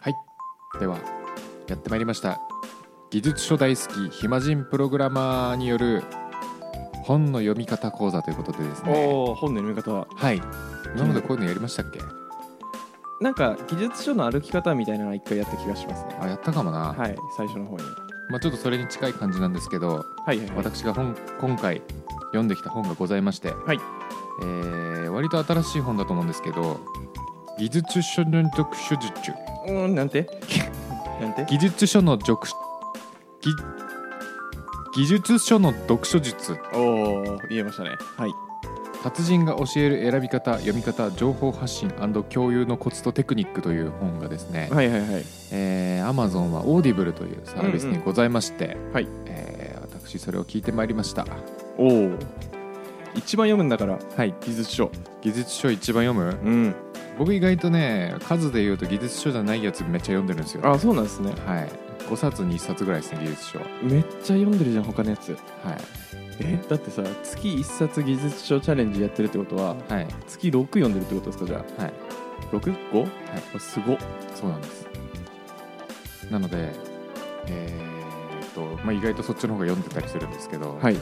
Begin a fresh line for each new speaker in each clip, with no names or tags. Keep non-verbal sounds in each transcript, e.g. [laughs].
はいではやってまいりました技術書大好き暇人プログラマーによる本の読み方講座ということでですね
おお本の読み方は
はい今までこういうのやりましたっけ
なんか技術書の歩き方みたいなのは一回やった気がしますね
あやったかもな、
はい最初の方に
まあ、ちょっとそれに近い感じなんですけど
はいはいはい
私が本今回読んできた本がございまして、
はい
えー割と新しい本だと思うんですけど技術書の読書術
うーんなんて [laughs] なんて
技術書の読書技技術書の読書術
おお言えましたねはい
達人が教える選び方読み方情報発信共有のコツとテクニックという本がですね、
はいはいはい
えー、Amazon はオーディブルというサービスにございまして、
はい
えー私それを聞いてまいりました
おお一番読むんだから
はい
技術書
技術書一番読む
うん
僕意外とね数で言うと技術書じゃないやつめっちゃ読んでるんですよ
あそうなんですね
はい5冊に1冊ぐらいですね技術書は
めっちゃ読んでるじゃん他のやつ
い
えだってさ月1冊技術書チャレンジやってるってことは
はい
月6読んでるってことですかじゃ
はい
あ 6?5? はいすごっ
そうなんですなのでえーっと、まあ、意外とそっちの方が読んでたりするんですけど、
はい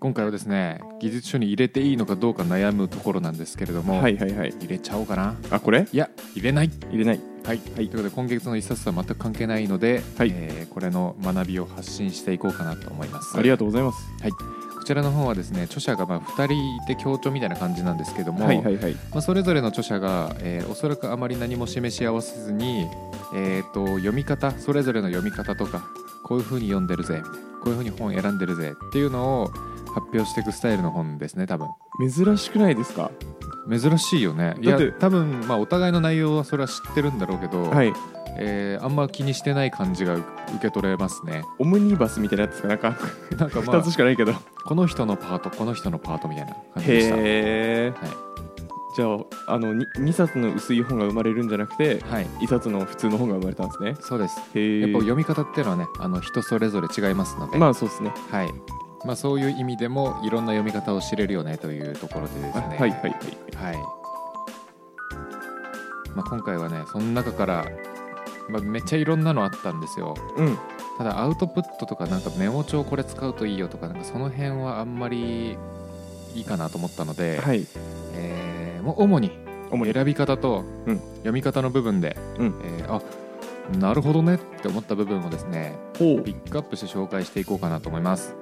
今回はですね技術書に入れていいのかどうか悩むところなんですけれども、
はいはいはい
入れちゃおうかな
あこれ
いや入れない
入れない
はい、ということで今月の一冊とは全く関係ないので、
はい
えーこれの学びを発信していこうかなと思います
ありがとうございます
こちらの本はですね著者がまあ2人いて協調みたいな感じなんですけども、
はいはいはい
まあ、それぞれの著者が、えーおそらくあまり何も示し合わせずに、えー、と読み方それぞれの読み方とかこういう風に読んでるぜみたいなこういう風に本選んでるぜっていうのを発表していくスタイルの本ですね多分
珍しくないですか
珍しいよねいや
だって
多分、まあ、お互いの内容はそれは知ってるんだろうけど、
はい
えーあんま気にしてない感じが受け取れますね
オムニバスみたいなやつか [laughs] なんか
なんかま
2
あ
つしかないけど、
この人のパートこの人のパートみたいな感じでした
へえ、
はい
じゃああの 2, 2冊の薄い本が生まれるんじゃなくて
はい
1冊の普通の本が生まれたんですね
そうです
へえ
やっぱ読み方っていうのはねあの人それぞれ違いますので
まあそうですね
はいまあ、そういう意味でもいろんな読み方を知れるよねというところでですね
あはいはいは
は
い
いまあ、今回はねその中から、まあ、めっちゃいろんなのあったんですよ
うん
ただアウトプットとかなんかメモ帳これ使うといいよとかなんかその辺はあんまりいいかなと思ったので、
はい
えーもう主に
主に
選び方と
うん
読み方の部分で、
うん
えーあなるほどねって思った部分をですね
ほ
ピックアップして紹介していこうかなと思います。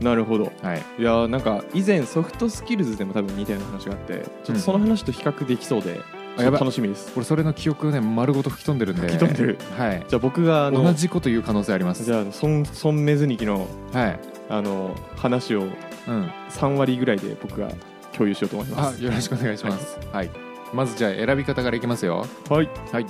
うなるほど
はい、
いやーなんか以前ソフトスキルズでも多分似たような話があってちょっとその話と比較できそうで、
ん
ちょっと楽しみです
俺それの記憶ね丸ごと吹き飛んでるんで
吹き飛んでる
はい
じゃあ僕があの
同じこと言う可能性あります
じゃあ孫孫メズニキの
はい
あの話を
うん
3割ぐらいで僕が共有しようと思いま
あ
す
よろしくお願いしますはいまずじゃあ選び方からいきますよ
はい
はい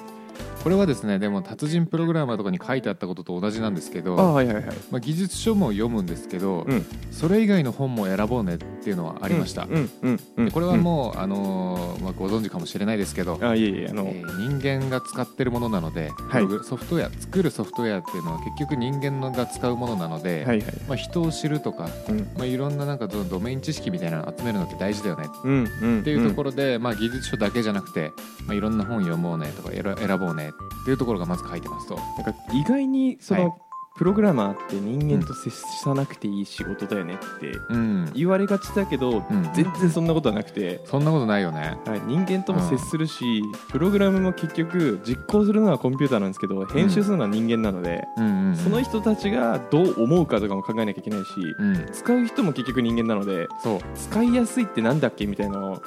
これはですねでも達人プログラマーとかに書いてあったことと同じなんですけど
あはいはいはい
まあ、技術書も読むんですけど、
うん
それ以外の本も選ぼうねっていうのはあ
あ
りました、
うんうんうん
でこれはもう、あのーまあ、ご存知かもしれないですけど
うん、あいえいえあの、
えー人間が使ってるものなので、
はい
プログソフトウェア作るソフトウェアっていうのは結局人間のが使うものなので、
はいはい
まあ、人を知るとか、
うん
まあ、いろんななんかドドメイン知識みたいなの集めるのって大事だよねっ
うんうん
ていうとこ
ろ、
ろで、まあ、技術書だけじゃなくて、まあ、いろんな本読もうねとか選選ぼうねっていうところがまず書いてますと
なんか意外にその、
はい
プログラマーって人間と接さなくていい仕事だよねって
うん、
言われがちだけど、
うん
全然そんなことはなくて、
そんなことないよね
はい、人間とも接するし、プログラムも結局実行するのはコンピューターなんですけど編集するのは人間なので、
うんうんうん
その人たちがどう思うかとかも考えなきゃいけないし、
うん
使う人も結局人間なので
そう
使いやすいってなんだっけみたいなのを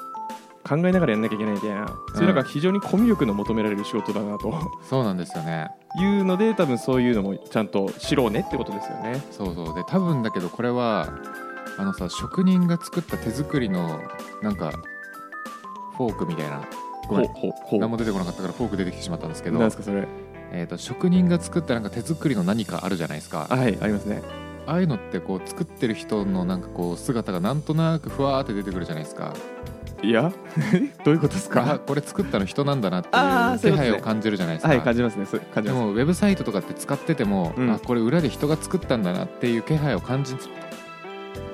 考えながらやんなきゃいけないみたいな、そういうのが非常にコミュ力の求められる仕事だなと
そうなんですよね
いうので多分そういうのもちゃんと知ろうねってことですよね。
そうそうで多分だけどこれはあのさ職人が作った手作りのなんかフォークみたいなご
ほ
め
うんほうほう
何も出てこなかったからフォーク出てきてしまったんですけど
なんですかそれ
えー、と職人が作ったなんか手作りの何かあるじゃないですか
あはいありますね
ああいうのってこう作ってる人のなんかこう姿がなんとなくふわーって出てくるじゃないですか
いや [laughs] どういうことです
あ
か
これ作ったの人なんだなって
あ
いう
ーそう
気
いうことね
配を感じるじゃないですか、
はい感じますねそう感じ
で
ます
もウェブサイトとかって使ってても、
うん
あこれ裏で人が作ったんだなっていう気配を感じ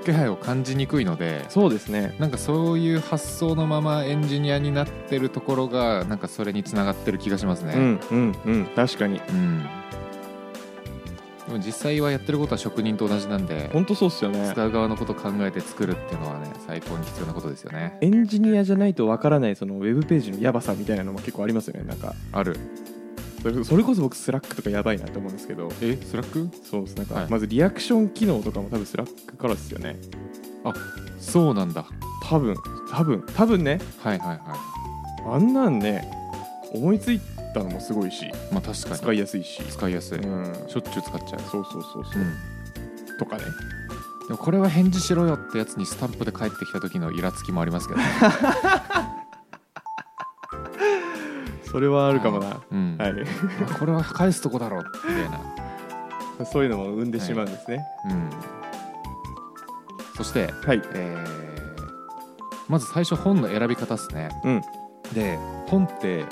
気配を感じにくいので
そうですね
なんかそういう発想のままエンジニアになってるところがなんかそれにつながってる気がします
う
ね
んうんうん確かに
うん、でも実際はやってることは職人と同じなんで
本当そうっすよね
使う側のことを考えて作るっていうのはね最高に必要なことですよね
エンジニアじゃないとわからないそのウェブページのやばさみたいなのも結構ありますよねなんか
ある
それそれこそ僕スラックとかやばいなと思うんですけど
えスラック
そうですなんか、
はい
まずリアクション機能とかも多分スラックからですよね
そうなんだ
多分多分多分ね
はいはいは
あんなんね思いついたのもすごいし
いまあ確か
使
に
いやすいし
使いやすい、
うん
しょっちゅう使っちゃう
そうそうそうそう、
う
とかね
ん、でもこれは返事しろよってやつにスタンプで返ってきた時のイラつきもありますけど、ね、
[laughs] それはあるかもな、
うん
はい [laughs]
あこれは返すとこだろみたいな、
そういうのも生んでしまうんですね
うん、そして、
はい、
えーまず最初本の選び方ですね
うん
で本って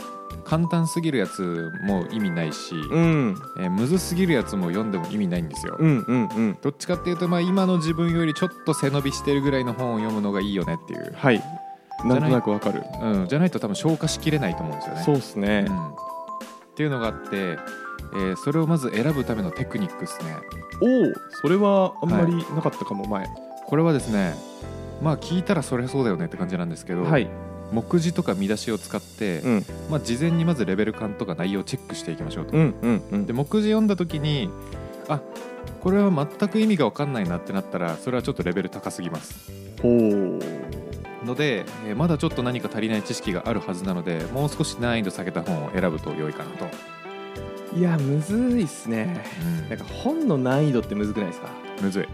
簡単すぎるやつも意味ないし、
うん
えーむずすぎるやつも読んでも意味ないんですよ、
うんうんうん
どっちかっていうと、まあ、今の自分よりちょっと背伸びしてるぐらいの本を読むのがいいよねっていう、
はいなんとなくわかる
うん、じゃないと多分消化しきれないと思うんですよね
そうっすね
う、んっていうのがあって、えーそれをまず選ぶためのテクニックですね
おおそれはあんまりなかったかも前
これはですねまあ聞いたらそれそうだよねって感じなんですけど、
はい、
目次とか見出しを使って、
うん
まあ、事前にまずレベル感とか内容をチェックしていきましょうと、
うんうんうん
で目次読んだ時にあこれは全く意味が分かんないなってなったらそれはちょっとレベル高すぎます
おお
ので、えーまだちょっと何か足りない知識があるはずなのでもう少し難易度下げた本を選ぶと良いかなと、
いやむずいっすね
うん
なんか本の難易度ってむずくないですか
むずい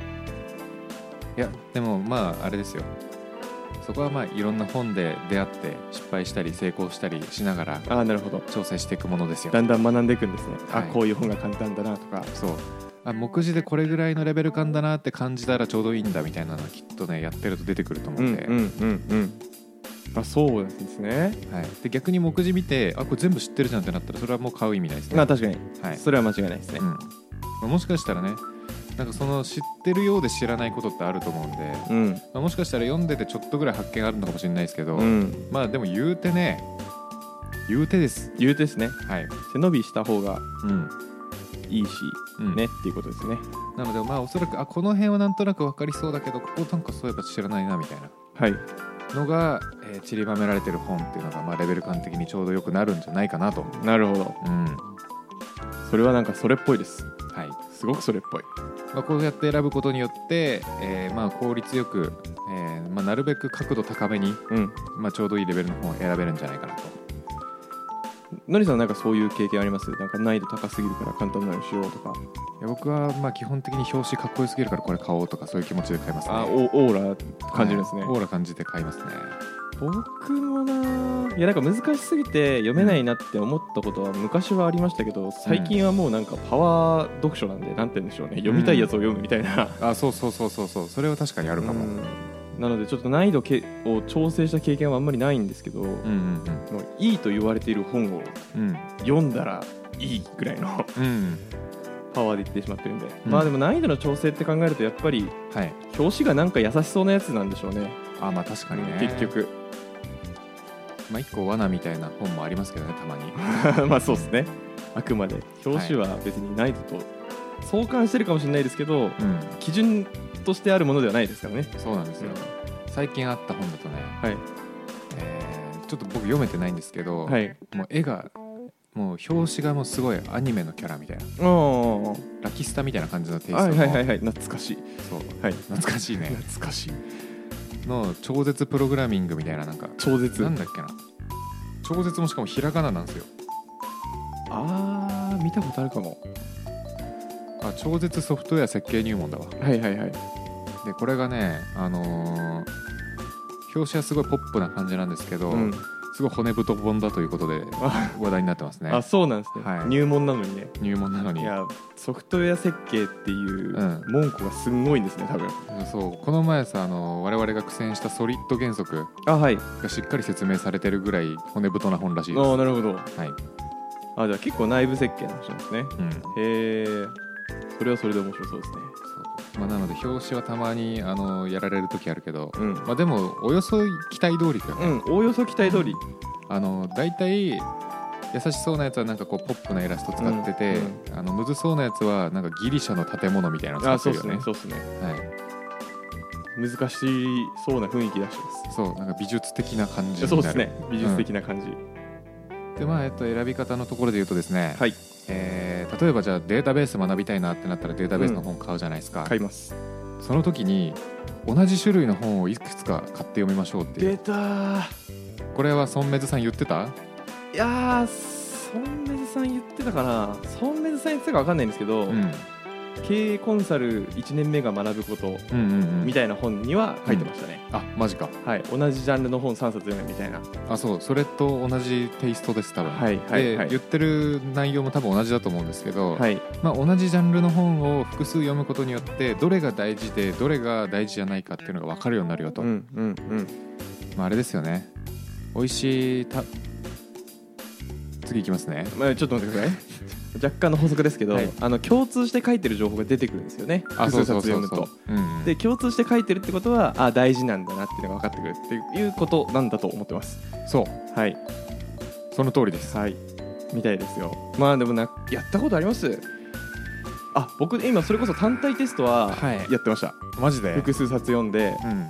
いやでもまああれですよそこはまあいろんな本で出会って失敗したり成功したりしながら
ああなるほど
調整していくものですよ
だんだん学んでいくんですね、
はい
あこういう本が簡単だなとか
そうあ目次でこれぐらいのレベル感だなって感じたらちょうどいいんだみたいなのはきっとねやってると出てくると思うんで,、
うんあそうなんですね
はい、で逆に目次見てあこれ全部知ってるじゃんってなったらそれはもう買う意味ないですね、
まあ確かに、
はい
それは間違いないですね
うんまあもしかしたらねなんかその知ってるようで知らないことってあると思うんで、
うん
まあもしかしたら読んでてちょっとぐらい発見あるのかもしれないですけど、
うん
まあでも言うてね言うてです
言うてですね
はい、
背伸びした方が
うん
いいし、
うん
ねっていうことですね
なのでまあおそらくあこの辺はなんとなく分かりそうだけどここなんかそういえば知らないなみたいな
はい
のが、えー散りばめられてる本っていうのが、まあ、レベル感的にちょうどよくなるんじゃないかなと、
なるほど
うんはい
それはなんかそれっぽいですすごくそれっぽい
まあ、こうやって選ぶことによって、えーまあ、効率よく、えーまあ、なるべく角度高めに、
うん
まあ、ちょうどいいレベルの本を選べるんじゃないかなと
のりさんなんかそういう経験ありますなんか難易度高すぎるから簡単なのにしようとか
いや僕はまあ基本的に表紙かっこよすぎるからこれ買おうとかそういう気持ちで買いますね
あオオーラ感じるんですね、
はいオーラ感じて買いますね
僕もないやなんか難しすぎて読めないなって思ったことは昔はありましたけど最近はもうなんかパワー読書なんでなんて言うんでしょうね読みたいやつを読むみたいな、
あそうそうそうそうそうそれは確かにあるかも、うん、
うんなのでちょっと難易度けを調整した経験はあんまりないんですけど、も
うん
ういいと言われている本を
うん
読んだらいいぐらいの [laughs]
うんうん
パワーで言ってしまってるんで、
うん
まあでも難易度の調整って考えるとやっぱり
はい
表紙がなんか優しそうなやつなんでしょうね
あまあ確かにね
結局
まあ一個罠みたいな本もありますけどねたまに
[laughs] まあそうですねあくまで表紙は別に難易度と相関してるかもしれないですけど
うん
基準としてあるものではないですからね、
そうなんですよ、最近あった本だとね、
はい
えーちょっと僕読めてないんですけど、
はい
もう絵がもう表紙がもうすごいアニメのキャラみたいな
おー
ラキスタみたいな感じのテイス
は
ト
い
の、
はいはいはい懐かしい
そう
はい
懐かしいね
[laughs] 懐かしい
の超絶プログラミングみたいななんか
超絶
なんだっけな超絶もしかもひらがななんですよ
あー見たことあるかも
あ超絶ソフトウェア設計入門だわ
はいはいはい
でこれがねあのー表紙はすごいポップな感じなんですけど、
うん
すごい骨太本だということで
あ
話題になってますね
あそうなんですね、
はい
入門なのにね
入門なの
い
に
やソフトウェア設計っていう
うん
文句がすんごいんですね多分
そうこの前さあの我々が苦戦したソリッド原則
あはいあ
がしっかり説明されてるぐらい骨太な本らしいです
ーなるほど
はい
あじゃあ結構内部設計の話なんですね
うん、
へえそれはそれで面白そうですね
そうまあ、なので表紙はたまにあのやられる時あるけど、
うん、
まあ、でもおよそ期待通りだよね、
うん、おおよそ期待通り
あの大体優しそうなやつはなんかこうポップなイラスト使ってて、
う
あのむずそうなやつはなんかギリシャの建物みたいなの使
あ
って
そう
る
で
よね
すねそうですね
はい、
難しそうな雰囲気出してます
そうなんか美術的な感じになる
そうですね美術的な感じ、
でまあえっと、選び方のところで言うとですね、
はい
えー例えばじゃあデータベース学びたいなってなったらデータベースの本買うじゃないですか、
買います
その時に同じ種類の本をいくつか買って読みましょうっていう
たー
これはソンメズさん言ってた
いやーソンメズさん言ってたかなソンメズさん言ってたか分かんないんですけど、
うん
経営コンサル1年目が学ぶこと
うんうんう
み
ん
たいな本には書いてましたね、
あマジか
はい同じジャンルの本3冊読めみたいな
あそうそれと同じテイストです多分
はいはいは
で
い
言ってる内容も多分同じだと思うんですけど、
はい
まあ、同じジャンルの本を複数読むことによってどれが大事でどれが大事じゃないかっていうのが分かるようになるよと、
うんうんうん
まあ、あれですよね美味しいた次いきますね
まあ、ちょっと待ってください若干の補足ですけど、
はい
あの共通して書いてる情報が出てくるんですよね複数冊読むと
う、うんうん、
で共通して書いてるってことはあ大事なんだなっていうのが分かってくるっていうことなんだと思ってます
そう
はい
その通りです
はいみたいですよまあでもなやったことありますあ僕今それこそ単体テストは
はい
やってました、
マジで
複数冊読んで
うん、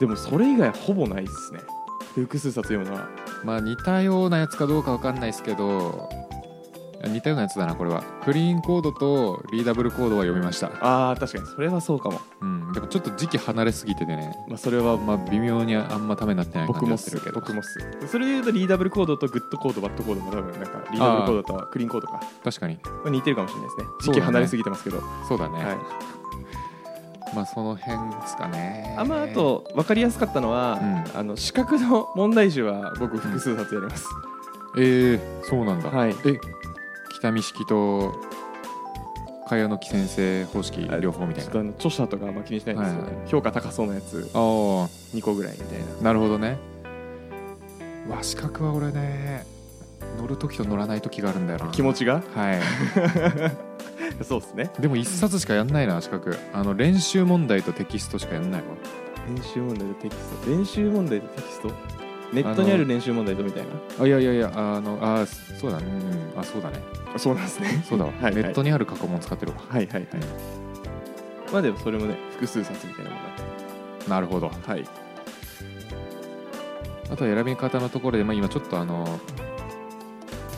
でもそれ以外ほぼないですね複数冊読むのは
まあ似たようなやつかどうか分かんないですけどあ似たようなやつだなこれはクリーンコードとリーダブルコードは読みました、
あー確かにそれはそうかも、
うん、でもちょっと時期離れすぎててね
まあ、それは
まあ微妙にあんまためになってない感
僕
じ
も
が
っ
す
す
るけど
僕もっすそれでいうとリーダブルコードとグッドコードバッドコードも多分なんかリーダブルコードとクリーンコードか
確かに
まあ似てるかもしれないですね
そうだ
時
ね
期離れすぎてますけど、
そうだね、
はい、
まあその辺ですかね
あんまあと分かりやすかったのは、
う
あの資格の問題集は僕複数冊やります、
えー、そうなんだ、
はい
え北見式と茅野木先生方式両方みたい
ちょ
な
っとあの著者とかあんま気にしないんですよね、
はい
評価高そうなやつ
ああ
2個ぐらいみたいな
なるほどねうわ資格は俺ね乗る時と乗らない時があるんだよな
気持
[laughs]
ちが [laughs]
はい
そうですね
でも一冊しかやんないな資格あの練習問題とテキストしかやんないわ
練習問題とテキスト練習問題とテキストネットにある練習問題とみたいな
あいやいやいやあのあそうだね、うん、あそうだね
そうなんですね
そうだわ、
はいはい
ネットにある過去問使ってるわ
はいはいはいまあでもそれもね複数冊みたいなものがあって
なるほど
はい
あとは選び方のところで、まあ、今ちょっとあの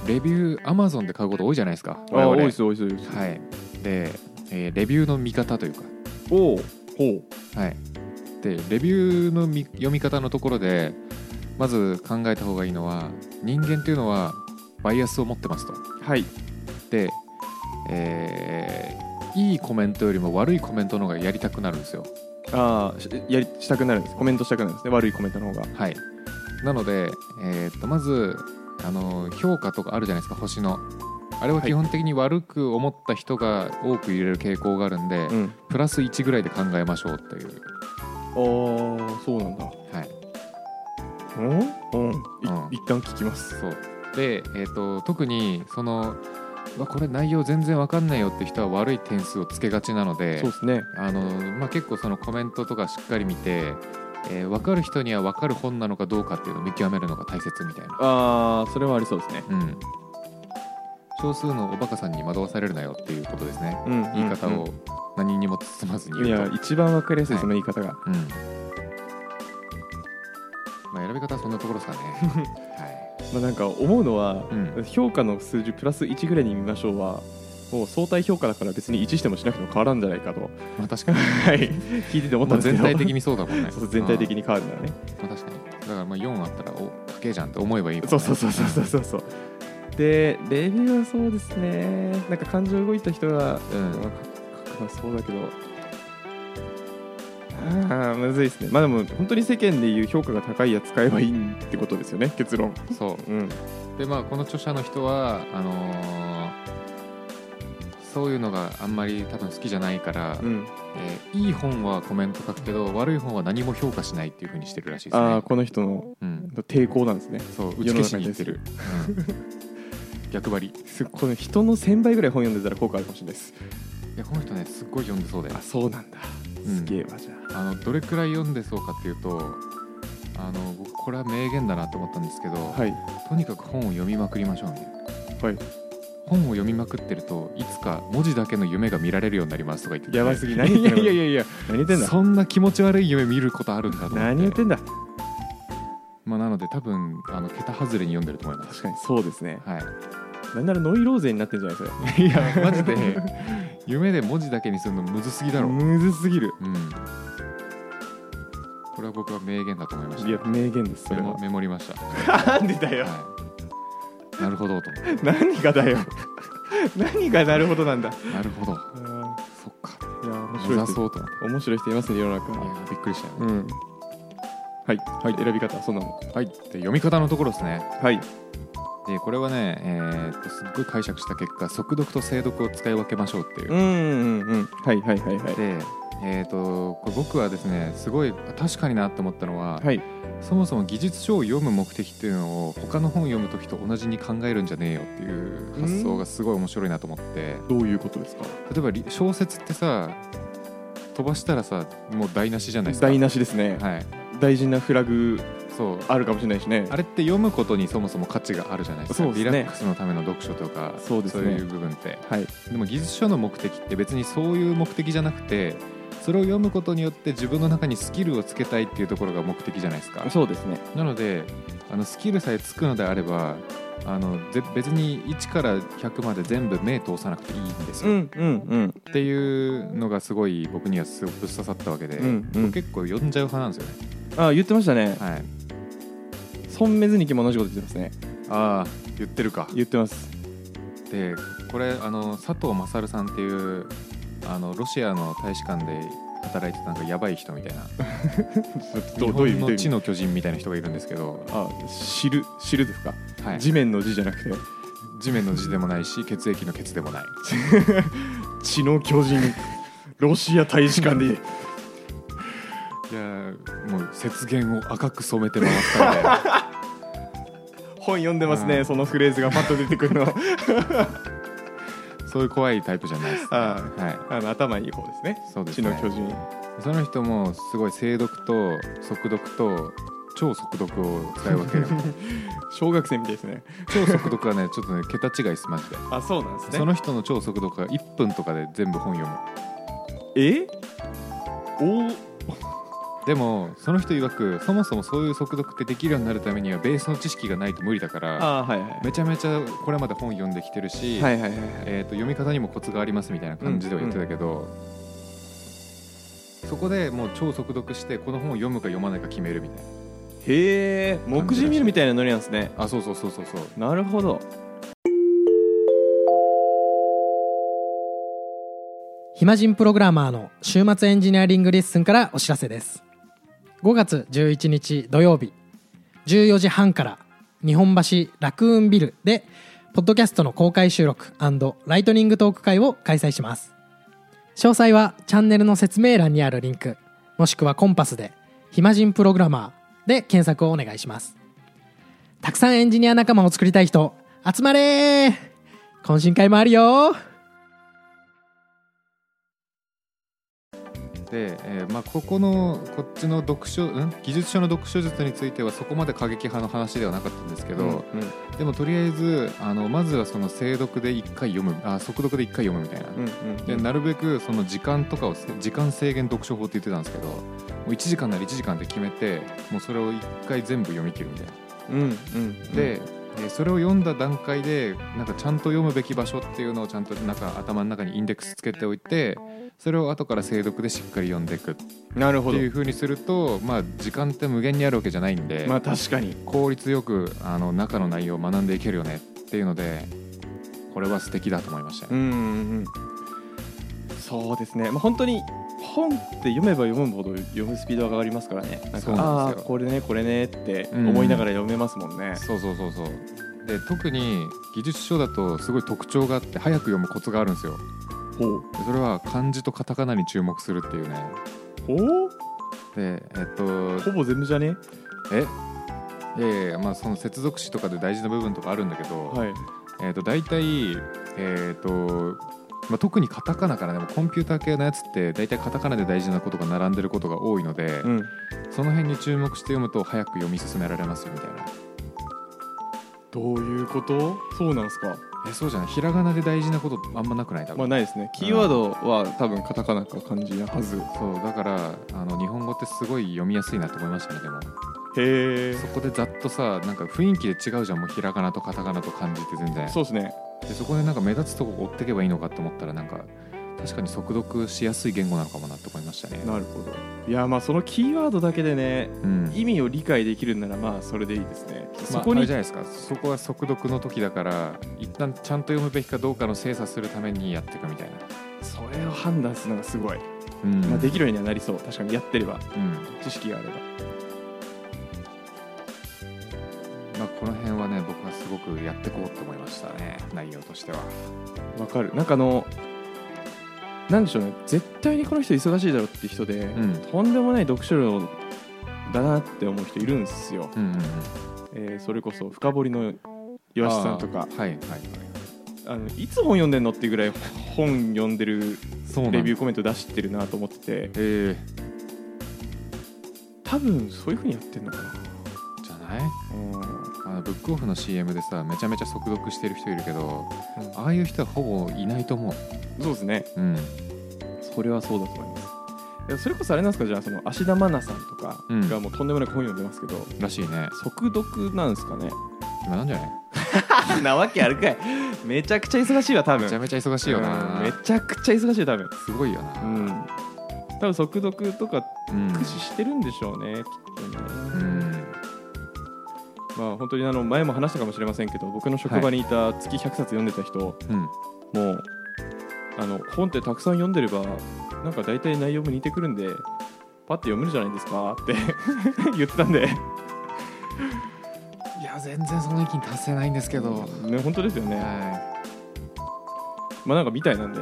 レビューアマゾンで買うこと多いじゃないですか
あ多いですす多いです多いです、
はいで、えーレビューの見方という
おおほ
かはいでレビューの見読み方のところでまず考えた方がいいのは人間というのはバイアスを持ってますと
うはい
で、えーいいコメントよりも悪いコメントの方がやりたくなるんですよ
ああしやりしたくなるんですコメントしたくなるんですね悪いコメントの方が
はいなので、えーっとまずあの評価とかあるじゃないですか星のあれは基本的に悪く思った人が多く入れる傾向があるんで、
うん
プラス1ぐらいで考えましょうっていう、
ああそうなんだ
はい、
うんうんい
うん
一旦聞きます
そうで、えー、と特にそのうわこれ内容全然わかんないよって人は悪い点数をつけがちなので
そうですね
あの、まあ、結構そのコメントとかしっかり見て、えー、分かる人には分かる本なのかどうかっていうのを見極めるのが大切みたいな、
ああそれはありそうですね
うん、少数のおバカさんに惑わされるなよっていうことですね
うん
言い方を何にも包まずに
い
言うと、
や一番わかりやすい
はい
その言い方が、
うんまあ、選び方はそんなところですか
[laughs]
ね、はい
まあ、なんか思うのは、
うん
評価の数字プラス1ぐらいに見ましょうはもう相対評価だから別に1してもしなくても変わらんじゃないかと、
まあ、確かに、
はい、聞いてて思った
まあ
んですけ
全
ど
体的にそうだもんね
[laughs] そう全体的
に、
に変わるんだね
うんまあ、確かにだからまあ4あったらおかけじゃんって思えばいいもんね
そうそうそうそうそうそうそうでレビューはそうですねなんか感情動いた人が、
うん
まあか書くのはそうだけどあーむずいですねまあでも本当に世間でいう評価が高いやつ買えばいいってことですよね結論
そう
うん
でまあこの著者の人はあのーそういうのがあんまり多分好きじゃないから、
うん
えーいい本はコメント書くけど悪い本は何も評価しないっていうふうにしてるらしいです
ああ
ね、
この人の
うん、
抵抗なんですね
そう打ち消しにいってる、うん逆張り
すこの人の1000倍ぐらい本読んでたら効果あるかもしれないです
いやこの人ねすっごい読んでそうだよ
あそうなんだ
うん
すげえわじゃあ
あのどれくらい読んでそうかっていうとあの僕これは名言だなと思ったんですけど、
はい
とにかく本を読みまくりましょうみたいな
はい
本を読みまくってるといつか文字だけの夢が見られるようになりますとか言ってて
やばすぎ何言
い
って
や
んの
いやいやいや
何言ってんだ
そんな気持ち悪い夢見ることあるんだと思って
何言ってんだ
まあ、なので多分あの桁外れに読んでると思い
[laughs]
ます
確かにそうですね
は
なんならノイローゼになってんじゃないですか
い、いやマジで [laughs] 夢で文字だけにするのむずすぎだろ
むずすぎる
うんこれは僕は名言だと思いました
いや名言ですそ
メ
れ
モ
は
メモりました、は
なんでだよ
い、なるほどと思って
[laughs] 何がだよ [laughs] 何がなるほど [laughs] なんだい
なるほど
や
そっか
面
目
白い
指
人
そうと思って
面白い人いますね世の中
い
に
やびっくりしたよ
う
ね、
んはい、はい、選び方はそんなもん
はいで読み方のところですね
はい
でこれはね、えーっとすっごい解釈した結果速読と精読を使い分けましょうっていう
うんうんうんはいはいはいはい
で、えー、とこれ僕はですねすごいあ確かになと思ったのは、
はい
そもそも技術書を読む目的っていうのを他の本を読む時と同じに考えるんじゃねえよっていう発想がすごい面白いなと思って
どういうことですか
例えばり小説ってさ飛ばしたらさもう台無しじゃないですか。
台無しですね、
はい、
大事なフラグ
そう
あるかもしれないしね
あれって読むことにそもそも価値があるじゃないですか
そうですね
リラックスのための読書とか
そうですね
いう部分って
はい
でも技術書の目的って別にそういう目的じゃなくてそれを読むことによって自分の中にスキルをつけたいっていうところが目的じゃないですか
そうですね
なのであのスキルさえつくのであればあのぜ別に1から100まで全部目通さなくていいんです
う
よ、
んうんうん
っていうのがすごい僕にはすごくぶっ刺さったわけで、
うんうん
結構読んじゃう派なんですよね
あ言ってましたね
はい
孫明ズニキも同じこと言ってますね
ああ言ってるか
言ってます
でこれあの佐藤勝さんっていうあのロシアの大使館で働いてたなんかやばい人みたいな
ど
日
[laughs] うどうい
本の
うどういう意
地
味
の巨人みたいな人がいるんですけど、
あ知る知るですか、
はい、
地面の字じゃなくて
地面の字でもないし血液の血でも
[laughs]
ない
血の巨人ロシア大使館で
いやーもう雪原を赤く染めて回ったみたいな
本読んでます
う
ね
ん
そのフレーズがパッと出てくるの [laughs]
そういう怖いタイプじゃないです、ね
あ
は
あの頭いい方ですね
い、そうで
血
す
の
ね
巨人
その人もすごい精読と速読と超速読を使い分け
[laughs]
る
小学生みたいですね
超速読はねちょっとね桁違いですマジで
あそうなんですね
その人の超速読が1分とかで全部本読む
えお
でもその人曰くそもそもそういう速読ってできるようになるためにはベースの知識がないと無理だから
あはいはい
めちゃめちゃこれまで本読んできてるし、
はいはいはい
えー、と読み方にもコツがありますみたいな感じでは言ってたけど、そこでもう超速読してこの本を読むか読まないか決めるみたいな
へえ目次見るみたいなノリなんですね
あそうそうそうそうそう
なるほど
暇人プログラマーの週末エンジニアリングレッスンからお知らせです5月11日土曜日14時半から日本橋ラクーンビルでポッドキャストの公開収録ライトニングトーク会を開催します詳細はチャンネルの説明欄にあるリンクもしくはコンパスで「暇人プログラマー」で検索をお願いしますたくさんエンジニア仲間を作りたい人集まれー懇親会もあるよ
で、えーまあ、ここのこっちの読書、うん、技術書の読書術についてはそこまで過激派の話ではなかったんですけど、
うん
でもとりあえずあのまずはその精読で1回読むあ速読で1回読むみたいな、
うん
でなるべくその時間とかをせ時間制限読書法って言ってたんですけどもう1時間なら1時間で決めてもうそれを1回全部読み切るみたいな。
うんうん
で、えーそれを読んだ段階でなんかちゃんと読むべき場所っていうのをちゃんとなんか頭の中にインデックスつけておいてそれを後から精読でしっかり読んでいくって
なるほど
いう風にすると、まあ、時間って無限にあるわけじゃないんで、
まあ確かに
効率よくあの中の内容を学んでいけるよねっていうのでこれは素敵だと思いましたね、
うんうんうんそうですねまあ本当に本って読めば読むほど読むスピードが上がりますからねなんか
そうなんですよ
あーこれねこれねって思いながら読めますもんね、
そうそうそうそうで特に技術書だとすごい特徴があって早く読むコツがあるんですよでそれは漢字とカタカナに注目するっていうね
ほう
でえっと
ほぼ全部じゃね
えいやいやいやまあその接続詞とかで大事な部分とかあるんだけど、
はい
えー、と大体えっ、とまあ、特にカタカナからでもコンピューター系のやつって大体カタカナで大事なことが並んでることが多いので、
うん
その辺に注目して読むと早く読み進められますよみたいな
どういうことそうなんですか
えそうじゃないひらがなで大事なことあんまなくない多分、
まあないですねキーワードは多分カタカナか漢字なはずへ
そうだからあの日本語ってすごい読みやすいなと思いましたねでも
え
そこでざっとさなんか雰囲気で違うじゃんもうひらがなとカタカナと漢字って全然
そうですね
でそこでなんか目立つとこ追ってけばいいのかと思ったらなんか確かに速読しやすい言語なのかもなって思いましたね
なるほどいやまあそのキーワードだけでね
うん
意味を理解できるんならまあそれでいいですね、そ
まあ、
こ
あ
に
れじゃないですかそこは速読の時だから一旦ちゃんと読むべきかどうかの精査するためにやっていくみたいな、
それを判断するのがすごい、
うん
まあ、できるようにはなりそう確かにやってれば
うん
知識があれば
まあ、この辺はね僕はすごくやってこうと思いましたね内容としては
わかるなんかあのなんでしょうね絶対にこの人忙しいだろうって人で、
ん
とんでもない読書量だなって思う人いるんですよ、
うんうんうん
えーそれこそ深掘りの岩下さんとか
あーはいはいはい
あのいつ本読んでんのっていうぐらい本読んでる
そう
レ
ュー
ビューコメント出してるなと思ってて
え
多分そういうふうにやってんのかな
ー、じゃないあのブックオフの CM でさめちゃめちゃ速読してる人いるけど
うん
ああいう人はほぼいないと思
そうですね
ううん
それはそうだと思いますいやそれこそあれなんですかじゃあその芦田愛菜さんとか
うん
がもうとんでもなく本読んでますけど、
らしいね
速読なんですかね
今なんじゃない
[laughs] なわけあるかいめちゃくちゃ忙しいわ多分
めちゃめちゃ忙しいよな
うんめちゃくちゃ忙しいよ多分
すごいよ
う
なん
多分速読とか
うん
駆使してるんでしょうね、きっとね、
うん
まあ本当にあの前も話したかもしれませんけど僕の職場にいた月100冊読んでた人、
うん
もうあの本ってたくさん読んでればなんか大体内容も似てくるんでパッて読めるじゃないですかって言ってたん [laughs] で、
いや全然その域に達せないんですけど
ね、本当ですよね、
は
まあなんかみたいなんで、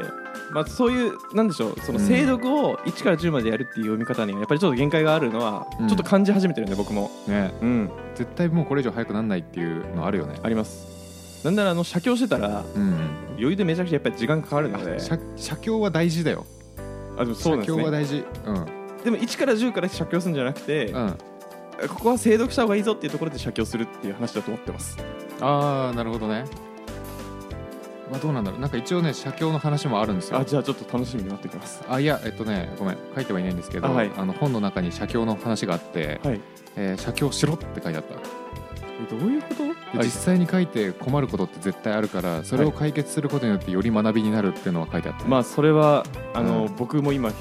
まあ、そういうなんでしょうその精読を1から10までやるっていう読み方にはやっぱりちょっと限界があるのはち
う
ょ
ん
っと感じ始めてるんで、僕も、
いね
うん、
絶対もうこれ以上早くなんないっていうのあるよね
ありますなんならあの写経してたら
うん
余裕でめちゃくちゃやっぱり時間かかるので
写写経は大事だよ
あでもそうなんです
写経は
ね
大事うん
でも1から10から写経するんじゃなくて、
うん
ここは精読した方がいいぞっていうところで写経するっていう話だと思ってます
ああなるほどねまあどうなんだろうなんか一応ね写経の話もあるんですよ
あじゃあちょっと楽しみになってきます
あいやえっとねごめん書いてはいないんですけどあ、
あはい
の本の中に写経の話があって、
はい
えー写経しろって書いてあった
どういうこと
で実際に書いて困ることって絶対あるからそれを解決することによってより学びになるっていうのは書いてあった、
まあそれはあの、
うん
僕も今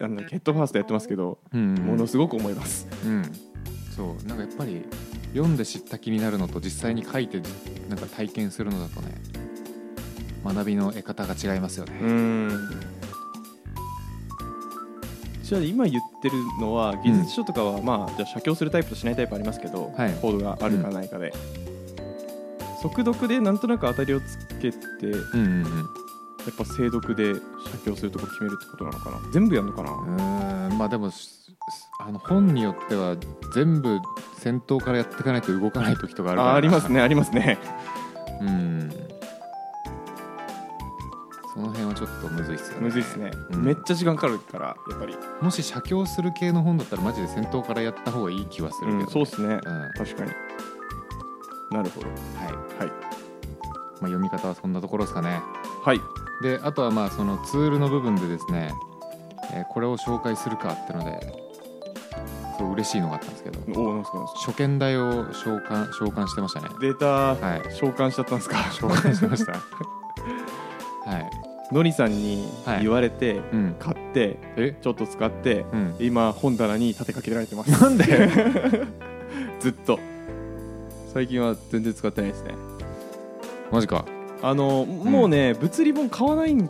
あのヘッドファーストやってますけど、
うんうん
ものすごく思います
うんそうなんかやっぱり読んで知った気になるのと実際に書いてなんか体験するのだとね学びの得方が違いますよね、
んじゃあ今言ってるのは技術書とかは、まあじゃあ写経するタイプとしないタイプありますけど、
はい
コードがあるかないかで、速読でなんとなく当たりをつけてや
うんうんうん
っぱ精読で写経するとこ決めるってことなのかな全部やるのかな、
うーんまあでもすすあの本によっては全部先頭からやっていかないと動かない時とかあるから
あありますねありますね
うんその辺はちょっとむずいっすよね
むずいっすね、
うん
めっちゃ時間かかるからやっぱり
もし写経する系の本だったらマジで先頭からやった方がいい気はするけど、ね
うん、そうですね
うんはい
確かになるほどはい
まあ、読み方はそんなところですかね
はい
であとはまあそのツールの部分でですね、えーこれを紹介するかってのですごい嬉しいのがあったんですけど
おおなんすかなんすか
初見台を召喚召喚してましたね
データ
はい
召喚しちゃったんですか
召喚してま
[laughs]
したはい
のりさんに
はい
言われて、
うん
買って
え
ちょっと使って
うん
今本棚に立てかけられてます
なんで
[laughs] ずっと最近は全然使ってないですね
マジか
あのもうね、物理本買わないん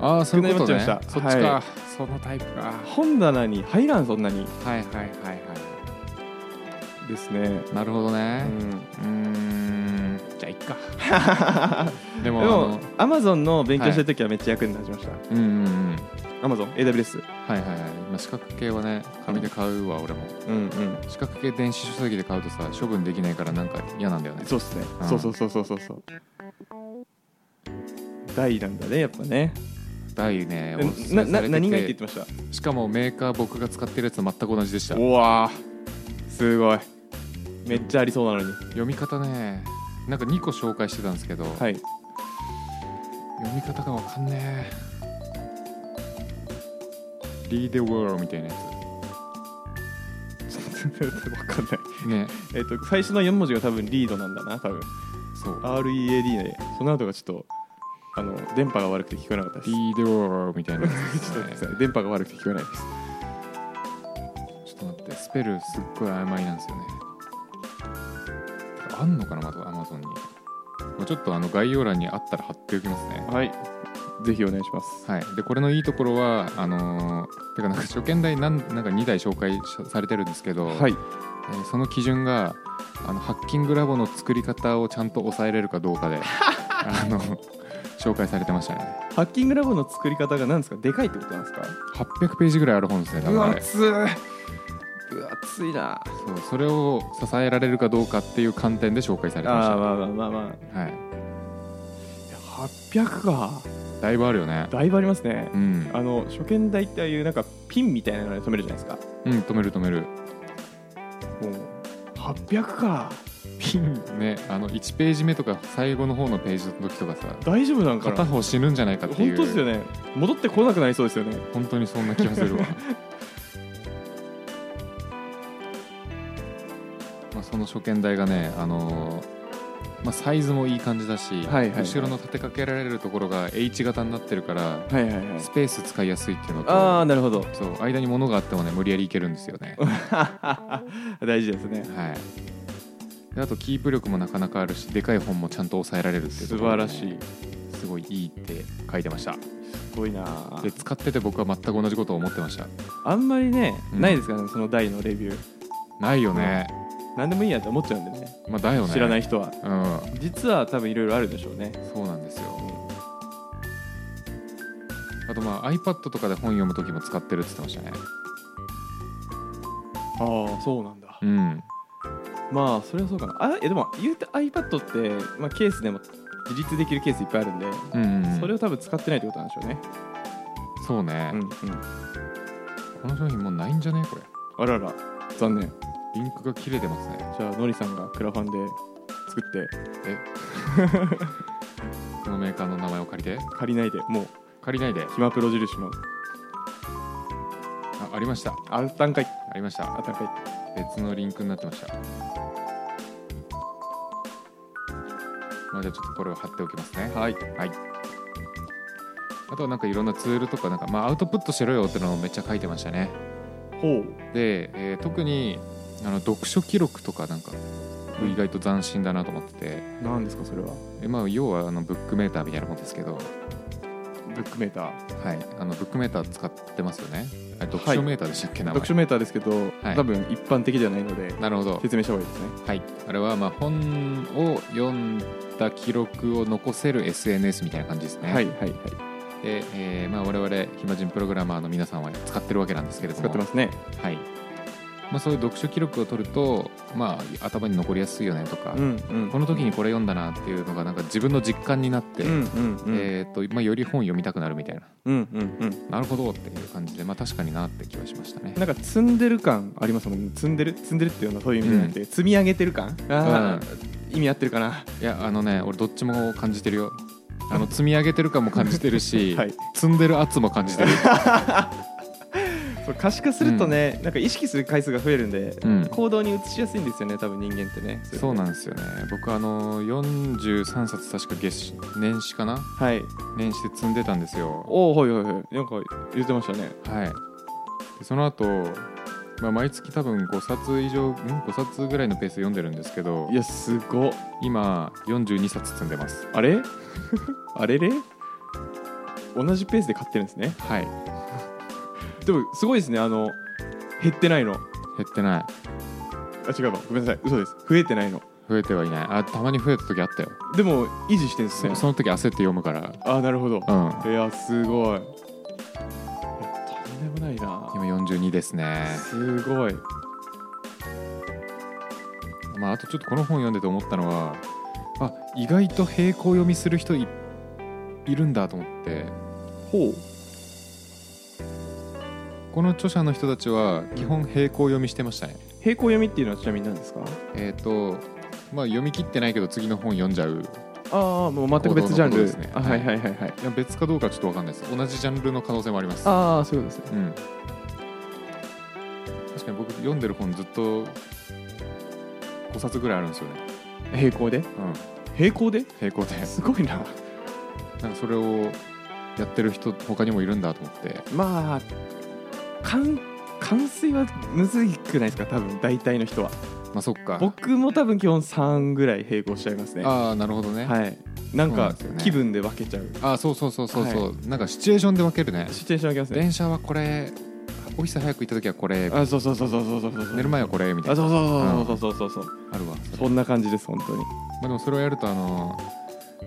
ああそういうことね
少なくなっちゃ
そ
い
っ
ました
ちか、
はい
そのタイプかは
本棚に入らんそんなに
いはいはいは
ですね
いなるほど
う
ね
ん
うーんじゃあいっか
[laughs]
でも
で
あ
も
の
アマゾンの勉強してる時はめっちゃ役に立ちました、
うんうんうん
アマゾン AWS
はいはいはいまあ資格系はね紙で買うわ俺も
うんうん
資格系電子書籍で買うとさ処分できないからなんか嫌なんだよね
そうっすね、
うん
そうそうそうそうそうそう大なんだねやっぱね
大ねおすす
な
め
な
されてて
何がいいって言ってました
しかもメーカー僕が使ってるやつと全く同じでした
うわーすごいめっちゃありそうなのに
読み方ねなんか2個紹介してたんですけど、
はい
読み方がわかんねえリーデウォールみたいなや
分かんない
つね
えっと最初の4文字が多分リードなんだな多分
そう
READ でその後がちょっとあの電波が悪くて聞こえなかったです
リーデウォールみたいなやつ [laughs] で
ちょ
す
っと待
ね
って電波が悪くて聞こえないです
ちょっと待ってスペルすっごい曖昧なんですよねあんのかなまだアマゾンにちょっとあの概要欄にあったら貼っておきますね
はいぜひお願いします
はい、でこれのいいところはあのーてかなんか初見台なんなんか2台紹介しされてるんですけど、
はい
えーその基準があのハッキングラボの作り方をちゃんと抑えれるかどうか
[laughs]
であの紹介されてましたね
ハッキングラボの作り方が何ですかでかいってことなんですか
800ページぐらいある本ですね多
う
分あ
わ
れそ
熱いうわ熱いな
うそれを支えられるかどうかっていう観点で紹介されてまし
あ
た
ー
ね
まあまあまあまあ
はい、
800か
だいぶあるよね
だいぶありますね
うん、
あの初見台ってああいうなんかピンみたいなので止めるじゃないですか
うん、止める止める
もう800かピン
ねあの1ページ目とか最後の方のページの時とかさ
大丈夫なんか
片
な
方死ぬんじゃないかってい
本
う
当ですよね戻ってこなくなりそうですよね
本当にそんな気がす
[laughs]
るわまあその初見台がね、あのーまあ、サイズもいい感じだし、
はいはいはい
後ろの立てかけられるところが H 型になってるから
はいはいは
スペース使いやすいっていうの
ああ
と
なるほど [laughs]
そう間に物があってもね無理やりいけるんですよね、
大事ですね
はい、であとキープ力もなかなかあるしでかい本もちゃんと抑えられるっていう
素
ところ
晴
でね、
らしい
すごいいいって書いてました
すごいな
で使ってて僕は全く同じことを思ってました
あんまりね
うん
ないですからねその台のレビュー
ないよね、
何でもいいやって思っちゃうんでね
まあ、だよね、
知らないい人は
うん、
実は多分いろいろあるでしょうね
そうなんですよあとまあ iPad とかで本読む時も使ってるって言ってましたね
ああそうなんだ
うん
まあそれはそうかなあえでも言うて iPad って、まあ、ケースでも自立できるケースいっぱいあるんで、
うん、うん、
それを多分使ってないってことなんでしょうね
そうね、
うんうん
この商品もうないんじゃねこれ
あらら残念
リンクが切れてますね
じゃあのりさんがクラファンで作って
このメーカーの名前を借りて
借りないでもう
借りないで
暇プロ印の
あありました
あったんかい
ありました
あったんかい
別のリンクになってましたまあじゃあちょっとこれを貼っておきますね
はい
あとはなんかいろんなツールとかなんか、まあ、アウトプットしろよってのをめっちゃ書いてましたね
ほう
で、えー特にあの読書記録とかなんか意外と斬新だなと思ってて、
何ですかそれは
えまあ、要はあのブックメーターみたいなもんですけど、
ブックメーター
はい、あのブックメーター使ってますよねあれ読
はい
書メーターでしたっけ、名前
読書メーターですけど、
はい
多分一般的じゃないので
なるほど、
説明した方がいいですね
はい、あれはまあ本を読んだ記録を残せる SNS みたいな感じですね、
はいはいはい
で、えーまあ、我々暇人プログラマーの皆さんは使ってるわけなんですけれど
使
も
ってますね
はいまあ、そういう読書記録を取ると、まあ、頭に残りやすいよねとか、
うんうん
この時にこれ読んだなっていうのがなんか自分の実感になって、
うんうんうん
えーとまあ、より本読みたくなるみたいな
うんうんうん
なるほどっていう感じで、まあ、確かになって気はしましたね。
なんか積んでる感ありますもんね積んでる積んでるっていうのはそういう意味じゃなくて、積み上げてる感あー、意味合ってるかない
やあのね俺どっちも感じてるよあの積み上げてる感も感じてるし、
[laughs] はい
積んでる圧も感じてる、
そう可視化するとね、なんか意識する回数が増えるんで、
うん、
行動に移しやすいんですよね多分人間ってね
そうなんんですよね僕あの43冊確か月年始かな
はい
年始で積んでたんですよ
おおはいはいはいなんか言ってましたね
はいでその後、まあ毎月多分5冊以上ん5冊ぐらいのペースで読んでるんですけど
いやすごっ
今42冊積んでます
あれ [laughs] あれれ同じペースで買ってるんですね
はい
でもすごいですねあの減ってないの
減ってない
あ違うわごめんなさい嘘です増えてないの
増えてはいないあたまに増えた時あったよ
でも維持してるんですね
そその時焦って読むから
あなるほど
うん
いやすごいいやとんでもないな
今42ですね
すごい
まあ、あとちょっとこの本読んでて思ったのはあ意外と並行読みする人いいるんだと思って
ほう
この著者の人たちは基本平行読みしてましたね
平行読みっていうのはちなみに何ですか
えっ、とまあ読み切ってないけど次の本読んじゃう
ああもう全く別ジャン
行動のこと
ル
ですね
あはいはいはいはい
いや別かどうかはちょっと分かんないです同じジャンルの可能性もあります
ああそういうことですね
うん確かに僕読んでる本ずっと5冊ぐらいあるんですよね、
平行で
うん、
平行で
平行です
ごいな
なんかそれをやってる人他にもいるんだと思って
まあ完完遂はむずいくないですか多分大体の人は
まあそっか
僕も多分基本3ぐらい並行しちゃいますね
あ
は
あなるほどね、
いなん
そうなん
か
ですよね
気分で分けちゃう
ああそうそうそうそうそう、なんかシチュエーションで分けるね
シチュエーション分けますね
電車はこれオフィス早く行った時はこれ
あそうそうそうそうそうそうそう
寝る前はこれみた
あ
いな
そうそうそうそうそうそうそう
あるわ
そんな感じです本当に
まあ、でもそれをやるとあの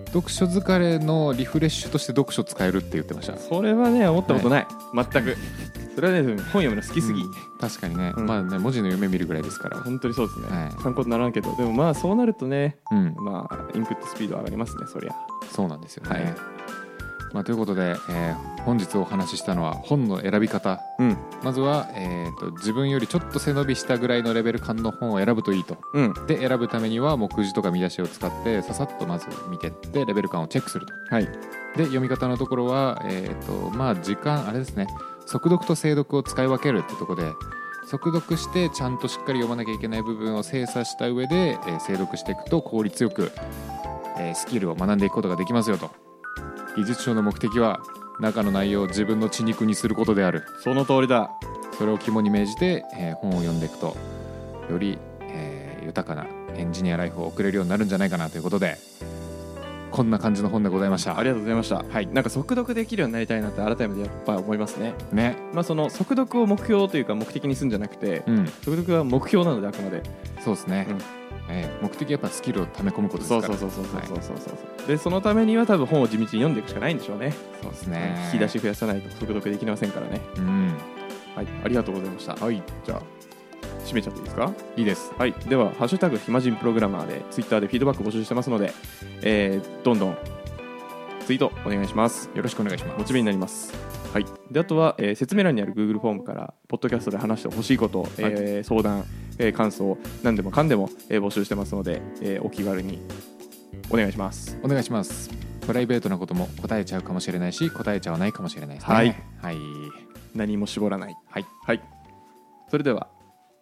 読書疲れのリフレッシュとして読書使えるって言ってました
それはね思ったことない、全くそれはねでも本読むの好きすぎ、
うん確かにね、
うん
まあね文字の夢見るぐらいですから
本当にそうですね、
はい
参考にならんけどでもまあそうなるとね
うん
まあインプットスピード上がりますねそりゃ
そうなんですよね、
はい
まあ、ということで、えー本日お話ししたのは本の選び方
うん
まずは、えー、と自分よりちょっと背伸びしたぐらいのレベル感の本を選ぶといいと
うん
で選ぶためには目次とか見出しを使ってささっとまず見てってレベル感をチェックすると
はい
で読み方のところは、えーとまあ、時間あれですね速読と精読を使い分けるってとこで速読してちゃんとしっかり読まなきゃいけない部分を精査した上で、えー精読していくと効率よく、えースキルを学んでいくことができますよと技術書の目的は中の内容を自分の血肉にすることである
その通りだ
それを肝に銘じて、えー本を読んでいくとより、えー豊かなエンジニアライフを送れるようになるんじゃないかなということでこんな感じの本でございました
ありがとうございました
はい
なんか速読できるようになりたいなって改めてやっぱ思いますね
ね
まあその速読を目標というか目的にするんじゃなくて、
うん
速読は目標なのであくまで
そうですね、
うん
えー目的はやっぱスキルを溜め込むことですから
そうそうそうそうそうそうそうでそのためには多分本を地道に読んでいくしかないんでしょうね
そうですね
引き出し増やさないと速読できませんからね
うん
はいありがとうございました
はい
じゃあ締めちゃっていいですか
いいです
はい、では「ハッシュタグひまじんプログラマー」でツイッターでフィードバック募集してますので、えーどんどんツイートお願いします
よろしくお願いします
モチベになりますはい、であとは、えー説明欄にある Google フォームからポッドキャストで話してほしいこと、えー相談、えー感想何でもかんでも、えー募集してますので、えーお気軽にお願いします
お願いしますプライベートなことも答えちゃうかもしれないし答えちゃわないかもしれないですね
はい、
はい、
何も絞らない
はい、
はい、それでは